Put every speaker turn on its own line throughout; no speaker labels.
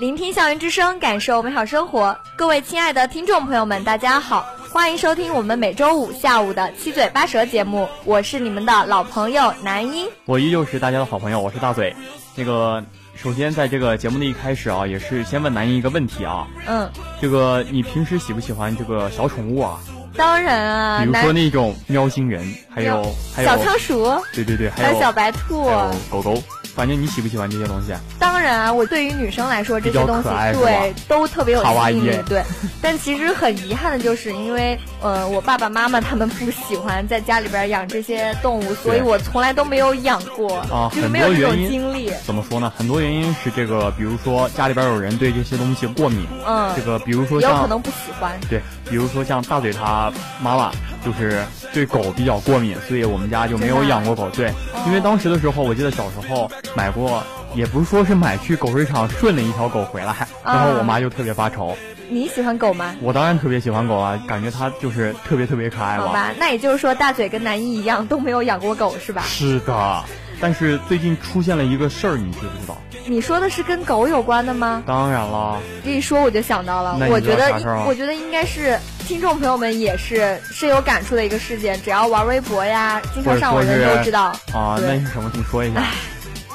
聆听校园之声，感受美好生活。各位亲爱的听众朋友们，大家好，欢迎收听我们每周五下午的七嘴八舌节目，我是你们的老朋友南音。
我依旧是大家的好朋友，我是大嘴。那个，首先在这个节目的一开始啊，也是先问南一一个问题啊，
嗯，
这个你平时喜不喜欢这个小宠物啊？
当然啊，
比如说
南
那种喵星人，还有还有
小仓鼠，
对对对，还
还
有
有小白兔
还，有狗狗，反正你喜不喜欢这些东西啊？
当然啊，我对于女生来说这
比较
些东西
可爱是
对都特别有
卡哇
吸引
伊
力，对。但其实很遗憾的就是，因为呃我爸爸妈妈他们不喜欢在家里边养这些动物，所以
对
我从来都没有养过，
啊
就是
很
没有
多
这种
原因
经历。
怎么说呢？很多原因是这个，比如说家里边有人对这些东西过敏，
嗯，
这个比如说
也有可
像
能不喜欢。
对，比如说像大嘴他妈妈就是对狗比较过敏，所以我们家就没有
真的啊
养过狗。对，因为当时的时候，我记得小时候买过，也不是说是买去狗市场顺了一条狗回来，然后我
哦
妈就特别发愁。
你喜欢狗吗？
我当然特别喜欢狗啊，感觉它就是特别特别可爱
好
吧。
吧，那也就是说，大嘴跟南一一样都没有养过狗是吧？
是的，但是最近出现了一个事儿，你知不知道？
你说的是跟狗有关的吗？
当然了，
一说我就想到了
那，你
我
知
觉
道
得
啥事儿吗
我觉得应该是听众朋友们也是深有感触的一个事件，只要玩微博呀，经常上网的人都知道，
啊，
对
那是什么？你说一 下。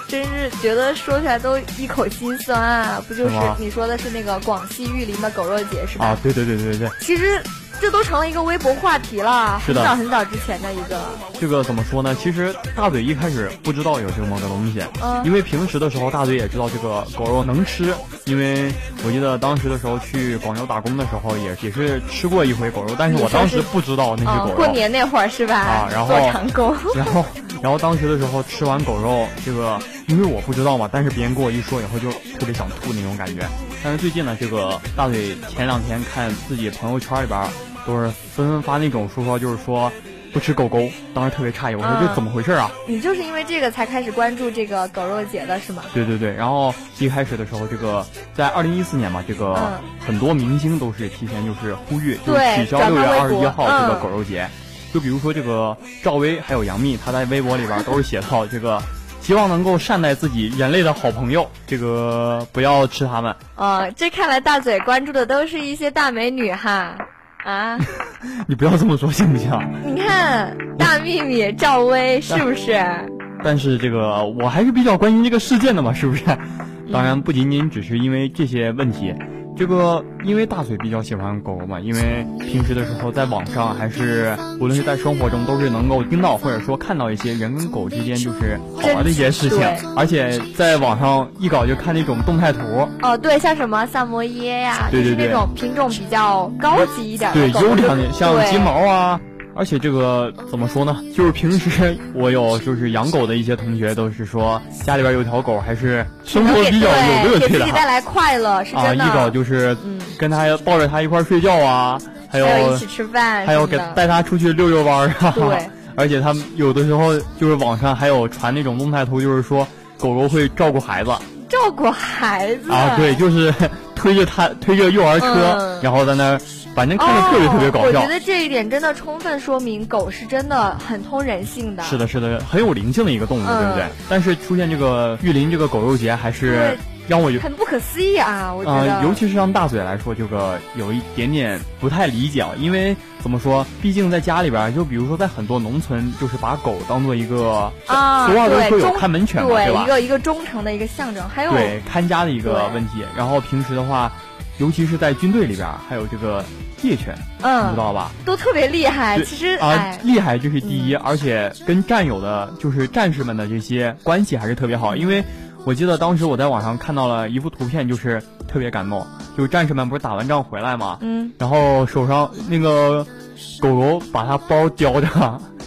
真是觉得说出来都一口心酸啊！不就是
是吗
你说的是那个广西玉林的狗肉节是吧？
啊，对对对对对，
其实这都成了一个微博话题了，
是
很
的
早很早之前的一个，
这个怎么说呢？其实大嘴一开始不知道有这么个东西，
嗯
因为平时的时候大嘴也知道这个狗肉能吃，因为我记得当时的时候去广州打工的时候也也是吃过一回狗肉，但是我当时不知道那
啊、
是狗
过
肉。
年那会儿是吧？
啊然后
做长工。
然后，然后当时的时候吃完狗肉，这个因为我不知道嘛，但是别人跟我一说以后就特别想吐那种感觉。但是最近呢，这个大嘴前两天看自己朋友圈里边儿都是纷纷发那种说说，就是说不吃狗狗，当时特别诧异，我说
嗯
这怎么回事啊？
你就是因为这个才开始关注这个狗肉节的是吗？
对对对，然后一开始的时候，这个在二零一四年嘛，这个
嗯
很多明星都是提前就是呼吁，就是
对
取消
转
六月
发微
二十一
博
号这个
嗯
狗肉节。就比如说这个赵薇还有杨幂，她在微博里边都是写到这个，希望能够善待自己人类的好朋友，这个不要吃它们。
呃，这看来大嘴关注的都是一些大美女哈啊！
你不要这么说行不行？
你看大幂幂、赵薇是不是？
但是这个我还是比较关心这个事件的嘛，是不是？当然不仅仅只是因为这些问题，这个因为大嘴比较喜欢狗狗嘛，因为平时的时候在网上还是无论是在生活中都是能够听到或者说看到一些人跟狗之间就是好玩的一些事情
对，
而且在网上一搞就看那种动态图，
哦，对，像什么萨摩耶呀、
对对
就是那
对
种品种比较高级一点的
对
狗
优良的像
对
金毛啊。而且这个怎么说呢？就是平时我有就是养狗的一些同学都是说家里边有条狗还是生活
能给
比较有乐趣
对给
的
自
哈
己带来快乐，是
啊，
真
一
的。
搞就是
嗯
跟他抱着他一块儿睡觉啊，还有
还有一起吃饭什么的，
还有给带他出去溜溜弯儿啊。
对，
而且他们有的时候就是网上还有传那种动态图，就是说狗狗会照顾孩子
照顾孩子
啊，对，就是 推着他推着幼儿车，
嗯
然后在那儿，反正看着特别特别搞
哦。我
笑
觉。得这一点真的充分说明狗是真的很通人性的。
是的，是的，很有灵性的一个动物，对不对
嗯？
但是出现这个玉林这个狗肉节，还是
对
让我有
很不可思议啊！我觉
啊、
得，
尤其是让大嘴来说，这个有一点点不太理解，啊，因为怎么说，毕竟在家里边儿，就比如说在很多农村，就是把狗当做一个
啊，
俗话都
对
说有
忠
看门犬嘛，
对
吧
一？个一个忠诚的一个象征，还有
对看家的一个
对
问题。然后平时的话，尤其是在军队里边儿，还有这个猎犬，你知
嗯，
道吧？
都特别厉害。
对
其实，
啊
哎，，
厉害这是第一，而且跟战友的，就是战士们的这些关系还是特别
嗯
好。因为我记得当时我在网上看到了一幅图片，就是特别感动，就是战士们不是打完仗回来嘛，
嗯，
然后手上那个狗狗把它包叼着，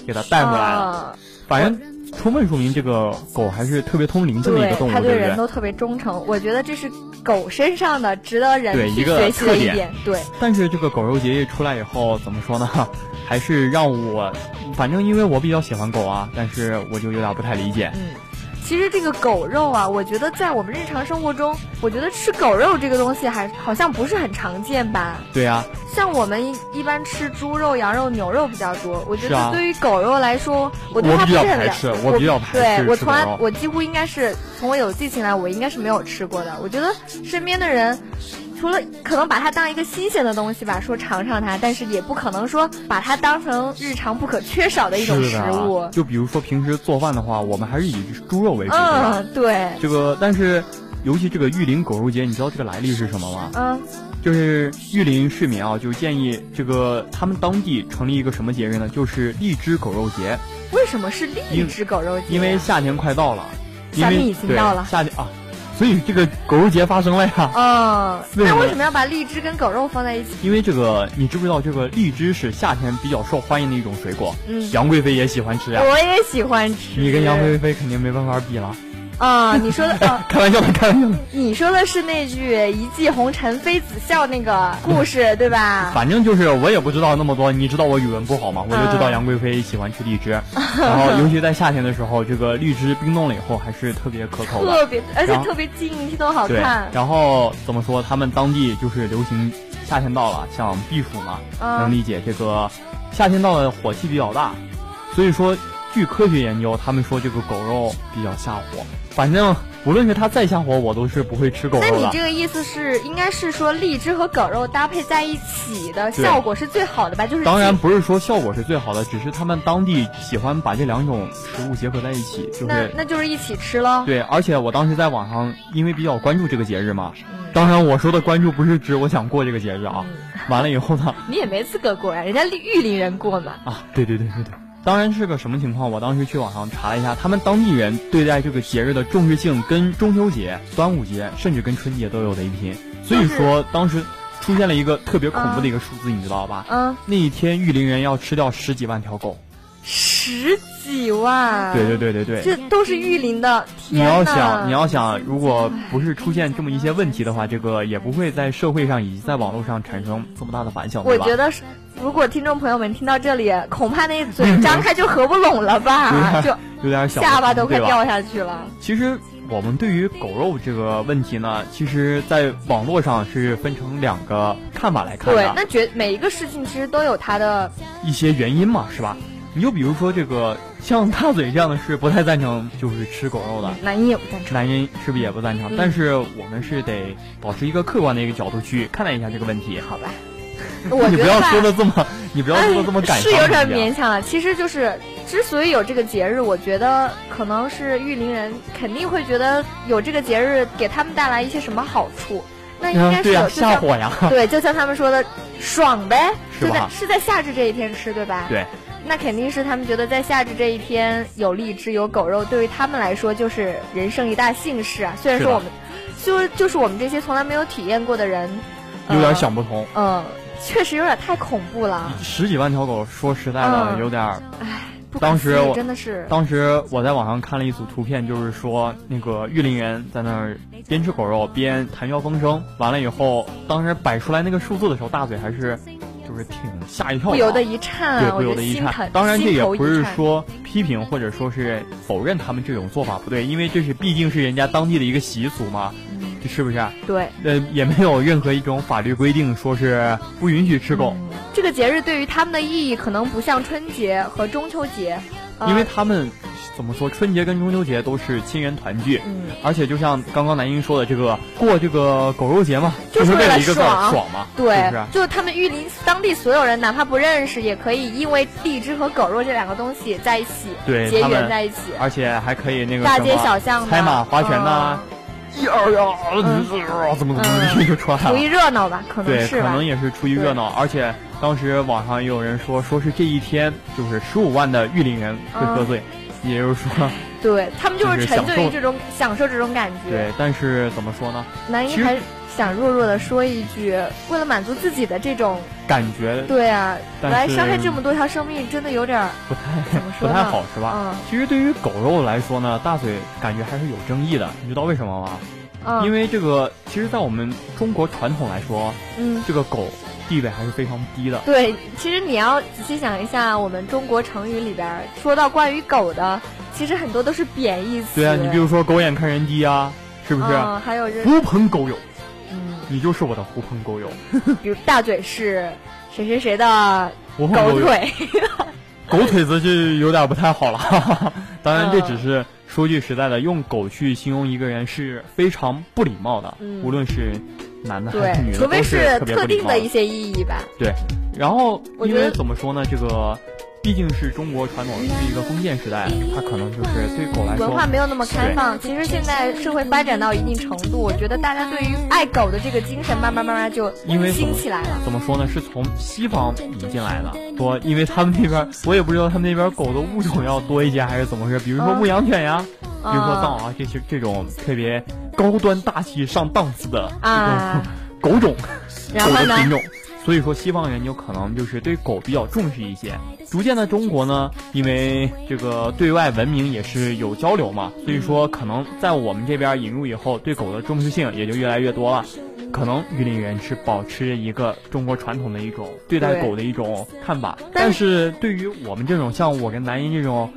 给它带回来了。
啊
反正充分说明这个狗还是特别通灵性的一
对
个动，物，
它
对
对
不
人
对？
都特别忠诚。我觉得这是狗身上的值得
对
人去
一个
学习的
特
一
点
点。对，
但是这个狗肉节一出来以后，怎么说呢？还是让我，反正因为我比较喜欢狗啊，但是我就有点不太理解。
嗯，其实这个狗肉啊，我觉得在我们日常生活中，我觉得吃狗肉这个东西还好像不是很常见吧。
对啊，
像我们一一般吃猪肉、羊肉、牛肉比较多，我觉
是啊
得对于狗肉来说，我对
我
它
比
不是
较
很
排
了
斥，我比较排
对
斥
我
吃
从
狗
来
肉。
我几乎应该是从我有记性来，我应该是没有吃过的。我觉得身边的人。除了可能把它当一个新鲜的东西吧，说尝尝它，但是也不可能说把它当成日常不可缺少的一种
是
食
的啊
物。
就比如说平时做饭的话，我们还是以猪肉为主，对吧？
嗯，对，
这个，但是尤其这个玉林狗肉节，你知道这个来历是什么吗？
嗯，
就是玉林市民啊，就建议这个他们当地成立一个什么节日呢？就是荔枝狗肉节，
为什么是荔枝狗肉节啊？
因为夏天快到了，因
夏
为
天已经
对
到了
夏天啊，所以这个狗肉节发生了呀。
嗯，
为什
那
么
为什么要把荔枝跟狗肉放在一起？
因为这个，你知不知道这个荔枝是夏天比较受欢迎的一种水果？
嗯
杨贵妃也喜欢吃呀。
我也喜欢吃。
啊你跟杨贵妃肯定没办法比了，
啊、你说的，啊，
开玩笑的，开玩笑的。
你说的是那句“一骑红尘妃子笑”那个 故事，对吧？
反正就是我也不知道那么多，你知道我语文不好
嗯
嘛，我就知道杨贵妃喜欢吃荔枝，然后尤其在夏天的时候，这个荔枝冰冻了以后还是特别可口的。
特别，而且
然后
特别近，剃头好
对，
看。
然后怎么说？他们当地就是流行夏天到了，像避暑嘛，
嗯
能理解这个夏天到了火气比较大，所以说据科学研究，他们说这个狗肉比较下火。反正无论是它再下火，我都是不会吃狗
那
肉
你
的
这。个意思是，应该是说荔枝和狗肉搭配在一起的
对
效果是最好的吧？就 是
当然不是说效果是最好的，只是他们当地喜欢把这两种食物结合在一起，就
那
是
那就是一起吃喽。
对。而且我当时在网上，因为比较关注这个节日嘛，
嗯
当然我说的关注不是指我想过这个节日啊。完了以后呢，
你也没资格过呀，人家玉林人过嘛。
啊，对对对对对，当然是个什么情况？我当时去网上查了一下，他们当地人对待这个节日的重视性跟中秋节、端午节，甚至跟春节都有的一拼。所以说，当时出现了一个特别恐怖的一个数字，你知道吧？
嗯，
那一天玉林人要吃掉十几万条狗。
十几万，
对对，对对对。
啊这都是玉林的。
你
天呐
要想，你要想，如果不是出现这么一些问题的话，这个也不会在社会上以及在网络上产生这么大的反响，
我
对吧？
觉得是，如果听众朋友们听到这里，恐怕那嘴张开就合不拢了吧，啊 就
有点啊小
下巴都快
对吧
掉下去了。
其实我们对于狗肉这个问题呢，其实在网络上是分成两个看法来看
对，
的，
那觉每一个事情其实都有它的，
一些原因嘛，是吧？你就比如说这个，像大嘴这样的是不太赞成，就是吃狗肉的。
那你也不赞成。
男人是不是也不赞成？
嗯
但是我们是得保持一个客观的一个角度去看待一下这个问题，好吧？
我
你
觉
不
得
要
吧，
说的这么，你不要说的这么
哎
感，伤
是有点
人家
勉强了。其实就是，之所以有这个节日，我觉得可能是玉林人肯定会觉得有这个节日给他们带来一些什么好处。那应该
嗯，
是
对呀、
有，就
下
像
火 呀，
对，就像他们说的，爽呗，
是
就
吧
在是在夏至这一天吃，对吧？
对，
那肯定是他们觉得在夏至这一天有荔枝有狗肉，对于他们来说就是人生一大幸事啊。虽然
是
说
的
我们，就是就是我们这些从来没有体验过的人，
有点想不通。
呃，嗯、确实有点太恐怖了。
十几万条狗，说实在的，
嗯
有点儿。
不可
嗯当
思
时
议
我
真的是，
当时我在网上看了一组图片，就是说那个玉林人在那儿边吃狗肉边谈笑风生。完了以后，当时摆出来那个数字的时候，大嘴还是就是挺吓一跳
不由得
的。
一颤
对，
啊，我
不由
觉
得
得
一
心疼
颤。。当然，这
心
也
头
不
一
是
颤
说批评或者说是否认他们这种做法不对，因为这是毕竟是人家当地的一个习俗嘛，是不是？
嗯对。
呃，也没有任何一种法律规定说是不允许吃狗，
这个节日对于他们的意义可能不像春节和中秋节，呃、
因为他们怎么说，春节跟中秋节都是亲人团聚，
嗯
而且就像刚刚南英说的，这个过这个狗肉节嘛，
就是
是为了一个字
为了
儿
爽
爽嘛，
对，
是不啊是？
就是他们玉林当地所有人，哪怕不认识，也可以因为荔枝和狗肉这两个东西在一起，
对
结
他
缘
们 啊
在一起，
而且还可以那个
大
什
街
么
小巷的
拍马划拳呐、
嗯
呀呀，啊怎么怎么怎么就出来
图一
了。
热闹吧，可能
对，
是
可
吧
能。也是出于热闹，而且当时网上也有人说，说是这一天就是十五万的玉林人会
嗯
喝醉，也就是说，
对他们就是
就是
沉
享
醉于
受
这种享受这种感觉。
对，但是怎么说呢，
南一
其实
哎还想弱弱的说一句，为了满足自己的这种，
感觉
对啊，
但
来
是
伤害这么多条生命，真的有点儿
不太
怎么
不
说呢？
太好，是吧？
嗯
其实对于狗肉来说呢，大嘴感觉还是有争议的，你知道为什么吗？
嗯，
因
为
为这个，其实，在我们中国传统来说，
嗯。
这个狗地位还是非常低的。
对，其实你要仔细想一下，我们中国成语里边儿说到关于狗的，其实很多都是贬义词。
对啊，你比如说“狗眼看人低”啊，是不是？
嗯，还有就是，
狐朋狗友，
嗯，
你就是我的狐朋狗友，
比如大嘴是谁谁谁的
狐朋友，
狗 腿，
狗腿子就有点不太好了。 哈哈哈。当然，这
嗯
只是说句实在的，用狗去形容一个人是非常不礼貌的，
嗯
无论是男的还
对
是女，的，
除非
都是特别不
特
礼
定
貌
的一些意义吧。
然后，
我
因
觉
为
得
怎么说呢，这个毕竟是中国传统，是一个封建时代，它可能就是对狗哎来说
文化没有那么开放。其实现在社会发展到一定程度，我觉得大家对于爱狗的这个精神，慢慢慢慢就
因为怎
兴
么
起来了。
怎么说呢？是从西方引进来的，说因为他们那边，我也不知道他们那边狗的物种要多一些还是怎么回事。比如说
嗯
牧羊犬呀，比如说
嗯
藏獒这些这种特别高端大气上档次的
啊，
这种狗种、
然
狗
后
的
呢
品？种。所以说，西方人有可能就是对狗比较重视一些。逐渐的，中国呢，因为这个对外文明也是有交流嘛，所以说可能在我们这边引入以后，对狗的重视性也就越来越多了。可能玉林人是保持着一个中国传统的一种对待
对
狗的一种看法，
但
但是对于我们这种像我跟南音这种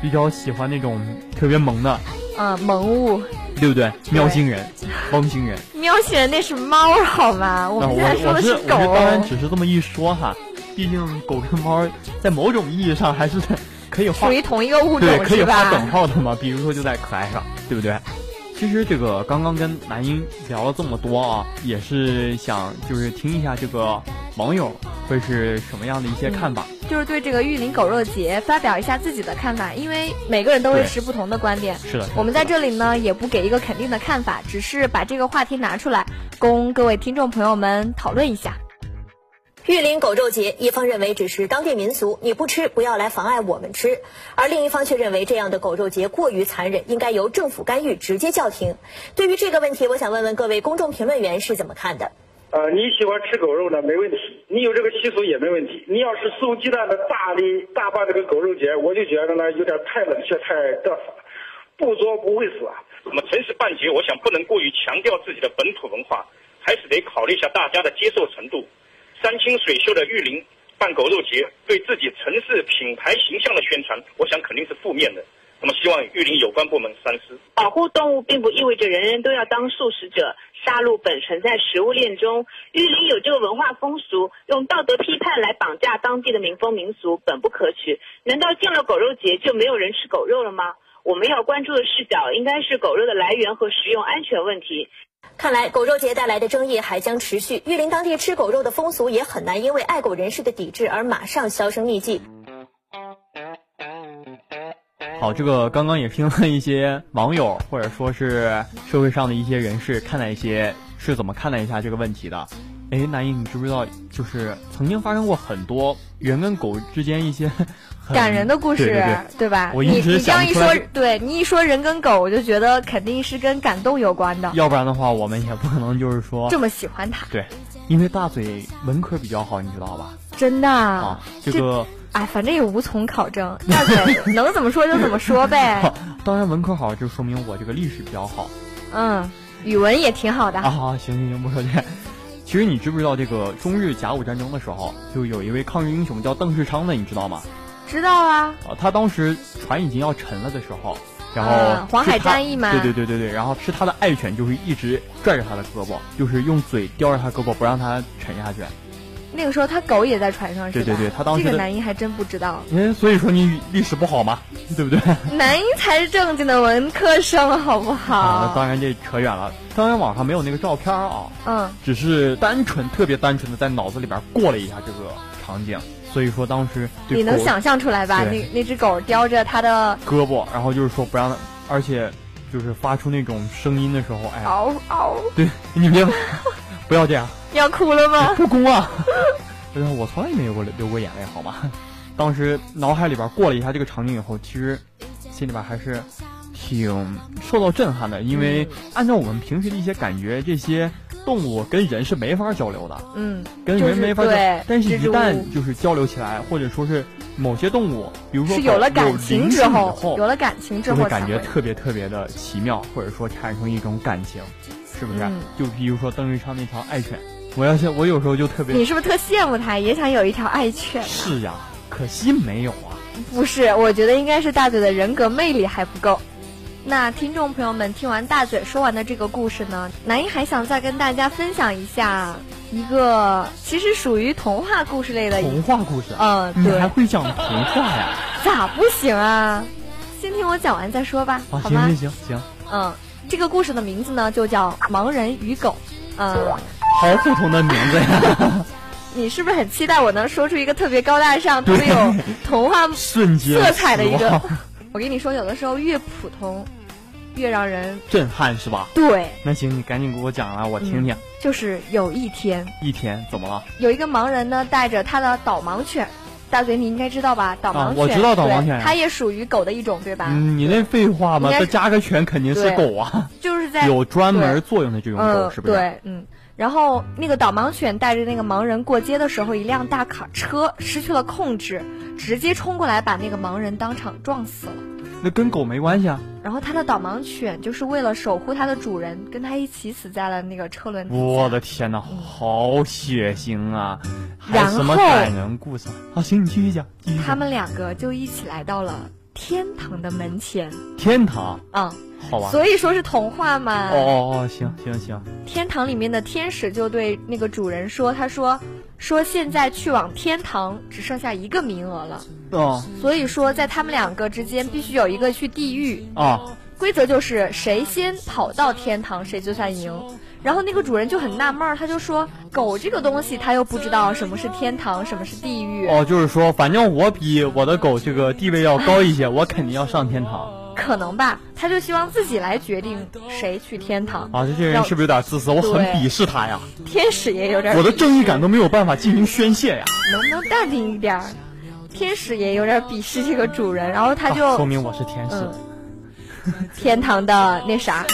比较喜欢那种特别萌的，
啊，萌物
对不对？喵星人、汪星人，
喵星人那是猫好吗？我
那
们现在说
我
的
是我
狗
是当然只是这么一说哈，毕竟狗跟猫在某种意义上还 是可以画
属于同一个物
对
种
可以
是
画等
吧？
号的嘛，比如说就在可爱上，对不对？其实这个刚刚跟南英聊了这么多啊，也是想就是听一下这个网友会是什么样的一
嗯
些看法。
就是对这个玉林狗肉节发表一下自己的看法，因为每个人都会
对
持不同的观点。
是的，是的
我们在
是的
这里呢，也不给一个肯定的看法，只是把这个话题拿出来，供各位听众朋友们讨论一下。
玉林狗肉节，一方认为只是当地民俗，你不吃不要来妨碍我们吃；而另一方却认为这样的狗肉节过于残忍，应该由政府干预，直接叫停。对于这个问题，我想问问各位公众评论员是怎么看的？
呃，你喜欢吃狗肉呢，没问题，你有这个习俗也没问题。你要是肆无忌惮的大力大办这个狗肉节，我就觉得呢有点太冷血、太嘚瑟，不作不会死啊。
我们城市办学，我想不能过于强调自己的本土文化，还是得考虑一下大家的接受程度。山清水秀的玉林办狗肉节，对自己城市品牌形象的宣传，我想肯定是负面的。那么希望玉林有关部门三思。
保护动物并不意味着人人都要当素食者，杀戮本存在食物链中。玉林有这个文化风俗，用道德批判来绑架当地的民风民俗，本不可取。难道进了狗肉节就没有人吃狗肉了吗？我们要关注的视角应该是狗肉的来源和食用安全问题，
看来狗肉节带来的争议还将持续，玉林当地吃狗肉的风俗也很难因为爱狗人士的抵制而马上销声匿迹。
好，这个刚刚也听了一些网友或者说是社会上的一些人士看待一些是怎么看待一下这个问题的。哎，南英，你知不知道，就是曾经发生过很多人跟狗之间一些很
感人的故事，
对对对
吧？
我
你
一直
你这样
想
一
不出来
说，对你一说人跟狗，我就觉得肯定是跟感动有关的。
要不然的话，我们也不可能就是说
这，么喜欢它，
对，因为大嘴文科比较好，你知道吧？
真的
啊
啊，，
这个
哎，反正也无从考证，大 嘴能怎么说就怎么说呗
好。，当然文科好就说明我这个历史比较好
嗯，语文也挺 好的，
啊。好行行行，不说这。其实你知不知道，这个中日甲午战争的时候，就有一位抗日英雄叫邓世昌的，你知道吗？
知道啊。
啊，他当时船已经要沉了的时候，然后、
啊黄海战役嘛
对对对对对，然后是他的爱犬，就是一直拽着他的胳膊，就是用嘴叼着他胳膊，不让他沉下去。
那个时候他狗也在船上，是吧？
对对对他当时
这个
的
男一还真不知道，
哎，所以说你历史不好嘛，对不对？
男一才是正经的文科生，好不
啊，
好？
当然这扯远了，当然网上没有那个照片啊，
嗯，
只是单纯特别单纯的在脑子里边过了一下这个场景，所以说当时对
你能
狗
想象出来吧？
对
那那只狗叼着它的
胳膊，然后就是说不让他，而且就是发出那种声音的时候，哎，
嗷嗷，
对你 别不要这样，
你要哭了吗？
不哭啊！就是我从来没有过流过眼泪，好吧？当时脑海里边过了一下这个场景以后，其实心里边还是挺受到震撼的，因为
嗯
按照我们平时的一些感觉，这些动物跟人是没法交流的，
嗯，
跟人没法交
就
流。
是对
但是，
蜘
一
蛛
旦就是交流起来，或者说是某些动物，比如说
是有了
狗
感情
灵
之
性以
后，
后
有了感情之
就
后
会
才
感觉特别特别的奇妙，或者说产生一种感情，是不是？
嗯
就比如说邓丽昌那条《爱犬》，我要是我有时候就特别
你是不是特羡慕他，也想有一条爱犬？
是呀，可惜没有啊。
不是，我觉得应该是大嘴的人格魅力还不够。那听众朋友们听完大嘴说完的这个故事呢，南一还想再跟大家分享一下一个其实属于童话故事类的一
童话故事，
哎嗯
你
对
还会讲童话呀？
咋不行啊？先听我讲完再说吧，
啊，
好
行
吗
行？行行，
嗯，这个故事的名字呢就叫《盲人与狗》。嗯，
好普通的名字 呀，
你是不是很期待我能说出一个特别高大上、特别有童话
瞬间
色彩的一
死
个
亡？
我跟你说，有的时候越普通，越让人
震撼是吧？
对。
那行，你赶紧给我讲啊，我听听。
嗯就是有一天，
一天怎么了？
有一个盲人呢，带着他的导盲犬，大嘴你应该知道吧？导盲
啊
犬，
我知道导盲犬
对
呀
它也属于狗的一种，对吧？
嗯，你那废话嘛，
啊应该
再
是
加个犬肯定是
对
狗啊，
就是在
有专门作用的这种狗
嗯
是，不是？
对，嗯。然后那个导盲犬带着那个盲人过街的时候，一辆大卡车失去了控制，直接冲过来把那个盲人当场撞死了。
那跟狗没关系啊。
然后他的导盲犬就是为了守护它的主人，跟他一起死在了那个车轮底下。
我的天哪，好血腥啊！还
然
有
后
什么感人故事啊？啊，行，你继续讲，继续讲。
他们两个就一起来到了天堂的门前，
天堂，
嗯，
好吧？
所以说是童话嘛。
哦哦哦，行行行，
天堂里面的天使就对那个主人说：“他说，说现在去往天堂只剩下一个名额了，
哦
所以说在他们两个之间必须有一个去地狱。
哦，
规则就是谁先跑到天堂，谁就算赢。”然后那个主人就很纳闷儿，他就说：“狗这个东西，他又不知道什么是天堂，什么是地狱，
哦，就是说，反正我比我的狗这个地位要高一些，我肯定要上天堂
可能吧？他就希望自己来决定谁去天堂。
啊！这些人是不是有点自私？我很
对
鄙视他呀，
天使也有点
我的
鄙
正义感都没有办法进行宣泄呀。
能不能淡定一点儿？天使也有点鄙视这个主人，然后他就、
啊说明我是天使
嗯，天堂的那啥，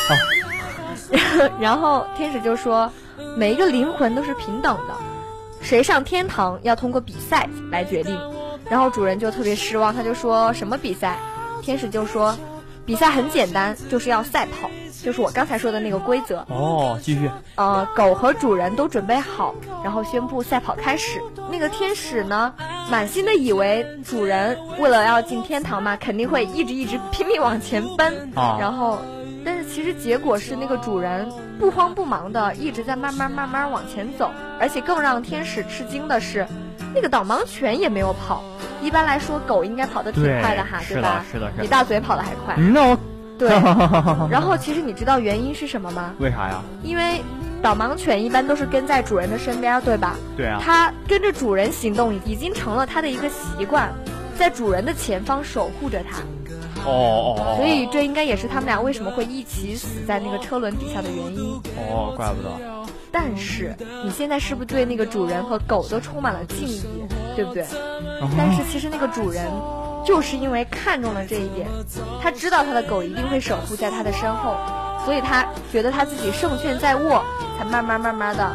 然后天使就说，每一个灵魂都是平等的，谁上天堂要通过比赛来决定。然后主人就特别失望，他就说什么比赛？天使就说，比赛很简单，就是要赛跑，就是我刚才说的那个规则。
哦，继续。
呃，狗和主人都准备好，然后宣布赛跑开始。那个天使呢，满心的以为主人为了要进天堂嘛，肯定会一直一直拼命往前奔。
啊
然后，但是其实结果是那个主人不慌不忙的一直在慢慢慢慢往前走，而且更让天使吃惊的是，那个导盲犬也没有跑。一般来说，狗应该跑得挺
对
快的哈，
是
对
的
吧？
是的是的
比大嘴跑得还 快。
嗯，那我。
对然后，其实你知道原因是什么吗？
为啥呀？
因为导盲犬一般都是跟在主人的身边，对吧？
对啊，
它跟着主人行动已经成了它的一个习惯，在主人的前方守护着它，
哦哦哦，
所以这应该也是他们俩为什么会一起死在那个车轮底下的原因。
哦，怪不得
但是你现在是不是对那个主人和狗都充满了敬意，对不对？但是其实那个主人。就是因为看中了这一点，他知道他的狗一定会守护在他的身后，所以他觉得他自己胜券在握，才慢慢慢慢的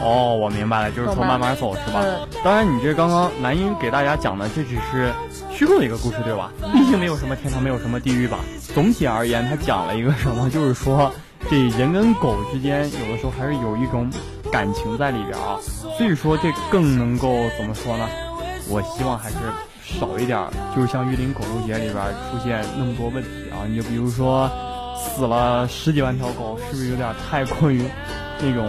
哦，我明白了，就是从
懂吗
慢慢走是吧？
嗯
当然，你这刚刚蓝音给大家讲的，这只是虚构的一个故事，对吧？毕竟没有什么天堂，没有什么地狱吧。总体而言，他讲了一个什么，就是说，这人跟狗之间有的时候还是有一种感情在里边啊。所以说，这更能够怎么说呢？我希望还是少一点儿，就是像《玉林狗肉节》里边出现那么多问题啊。你就比如说，死了十几万条狗，是不是有点太过于那种？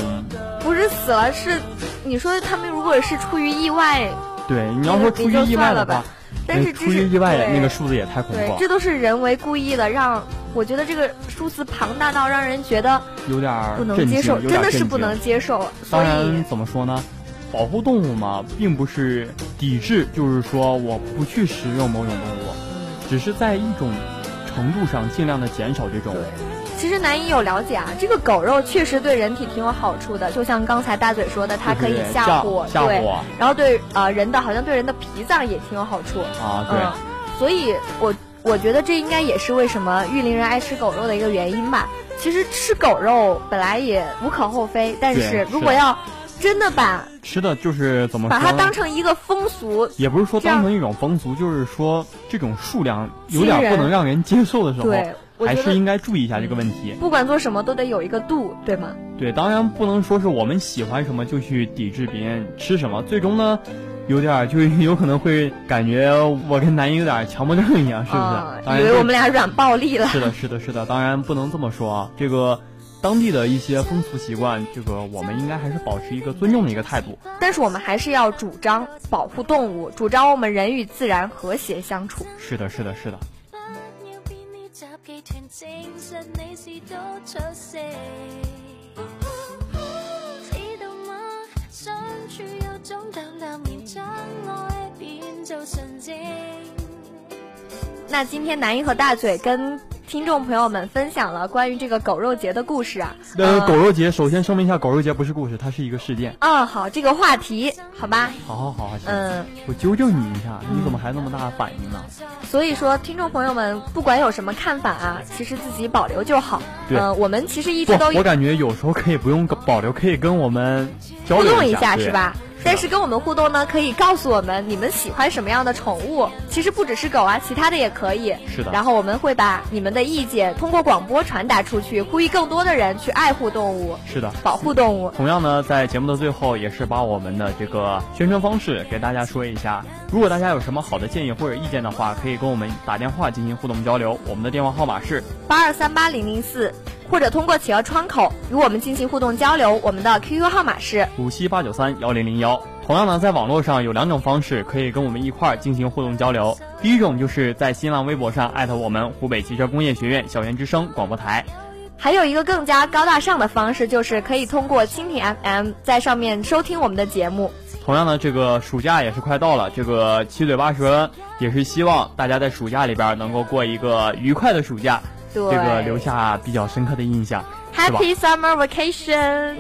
不是死了，是你说他们如果是出于意外，
对，你要说出于意外的
嗯也就算了吧
话。
但是
嗯
这
出于
是
意外的
对
那个数字也太恐怖
对，
了，
这都是人为故意的，让我觉得这个数字庞大到让人觉得
有点儿
不能
震
接
惊，
受，
有
真
点儿
的是
震
不
惊
能接受。所
当然，
以，
怎么说呢？保护动物嘛，并不是
嗯
抵制，就是说我不去食用某种动物，只是在一种程度上尽量的减少这种。
其实南姨有了解啊，这个狗肉确实对人体挺有好处的，就像刚才大嘴说的，它可以
对对对
吓唬，
吓吓唬
对，然后对呃人的好像对人的脾脏也挺有好处
啊对
嗯，所以我我觉得这应该也是为什么玉林人爱吃狗肉的一个原因吧。其实吃狗肉本来也无可厚非，但
对
是
是
如果要真的把
吃的就是怎么
把
说
它
呢？
当成一个风俗，
也不是说
这样
当成一种风俗，就是说这种数量有
亲
点
人
不能让人接受的时
对
候，
我觉
还
得
是应该注意一下这个问题。
不管做什么都得有一个度，对吗？
对，当然不能说是我们喜欢什么就去抵制别人吃什么，最终呢，有点儿就有可能会感觉我跟男一有点儿强迫症一样，是不是？
啊
当然
以为
这
我们俩软暴力了
是的，是的，是的，当然不能这么说啊。这个当地的一些风俗习惯，这个我们应该还是保持一个尊重的一个态度。
但是我们还是要主张保护动物，主张我们人与自然和谐相处。
是的，是的，是的。
集技團證實你是多出色，知道嗎？相處有種淡淡，然將愛變做純正。
那今天南一和大嘴跟听众朋友们分享了关于这个狗肉节的故事啊。
呃，狗肉节，首先声明一下，狗肉节不是故事，它是一个事件。
嗯，好，这个话题好吧。
好好好好，行
嗯，
我纠正你一下，你怎么还那么大反应呢？
所以说，听众朋友们不管有什么看法啊，其实自己保留就好。
对
呃，我们其实一
不
直都，
我感觉有时候可以不用保留，可以跟我们交
互
流
动一
下，对
是吧？？但是跟我们互动呢，可以告诉我们你们喜欢什么样的宠物，其实不只是狗啊，其他的也可以。
是的
然后我们会把你们的意见通过广播传达出去，呼吁更多的人去爱护动物，
是的。
保护动物。
同样呢，在节目的最后，也是把我们的这个宣传方式给大家说一下。如果大家有什么好的建议或者意见的话，可以跟我们打电话进行互动交流。我们的电话号码是
八二三八零零四，或者通过企鹅窗口与我们进行互动交流。我们的 QQ 号码是
五七八九三幺零零幺。同样呢，在网络上有两种方式可以跟我们一块儿进行互动交流。第一种就是在新浪微博上艾特我们湖北汽车工业学院校园之声广播台。
还有一个更加高大上的方式，就是可以通过蜻蜓 FM 在上面收听我们的节目。
同样呢，这个暑假也是快到了，这个七嘴八舌也是希望大家在暑假里边儿能够过一个愉快的暑假，
对
这个留下比较深刻的印象，是吧？
Happy Summer Vacation，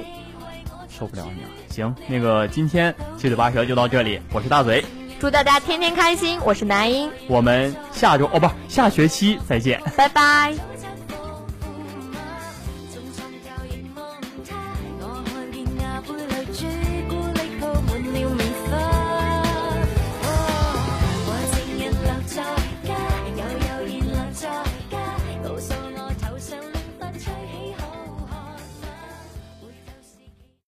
受不了你了。啊行，那个今天七嘴八舌就到这里，我是大嘴，
祝大家天天开心。我是南英，
我们下周哦不，下学期再见。
拜拜。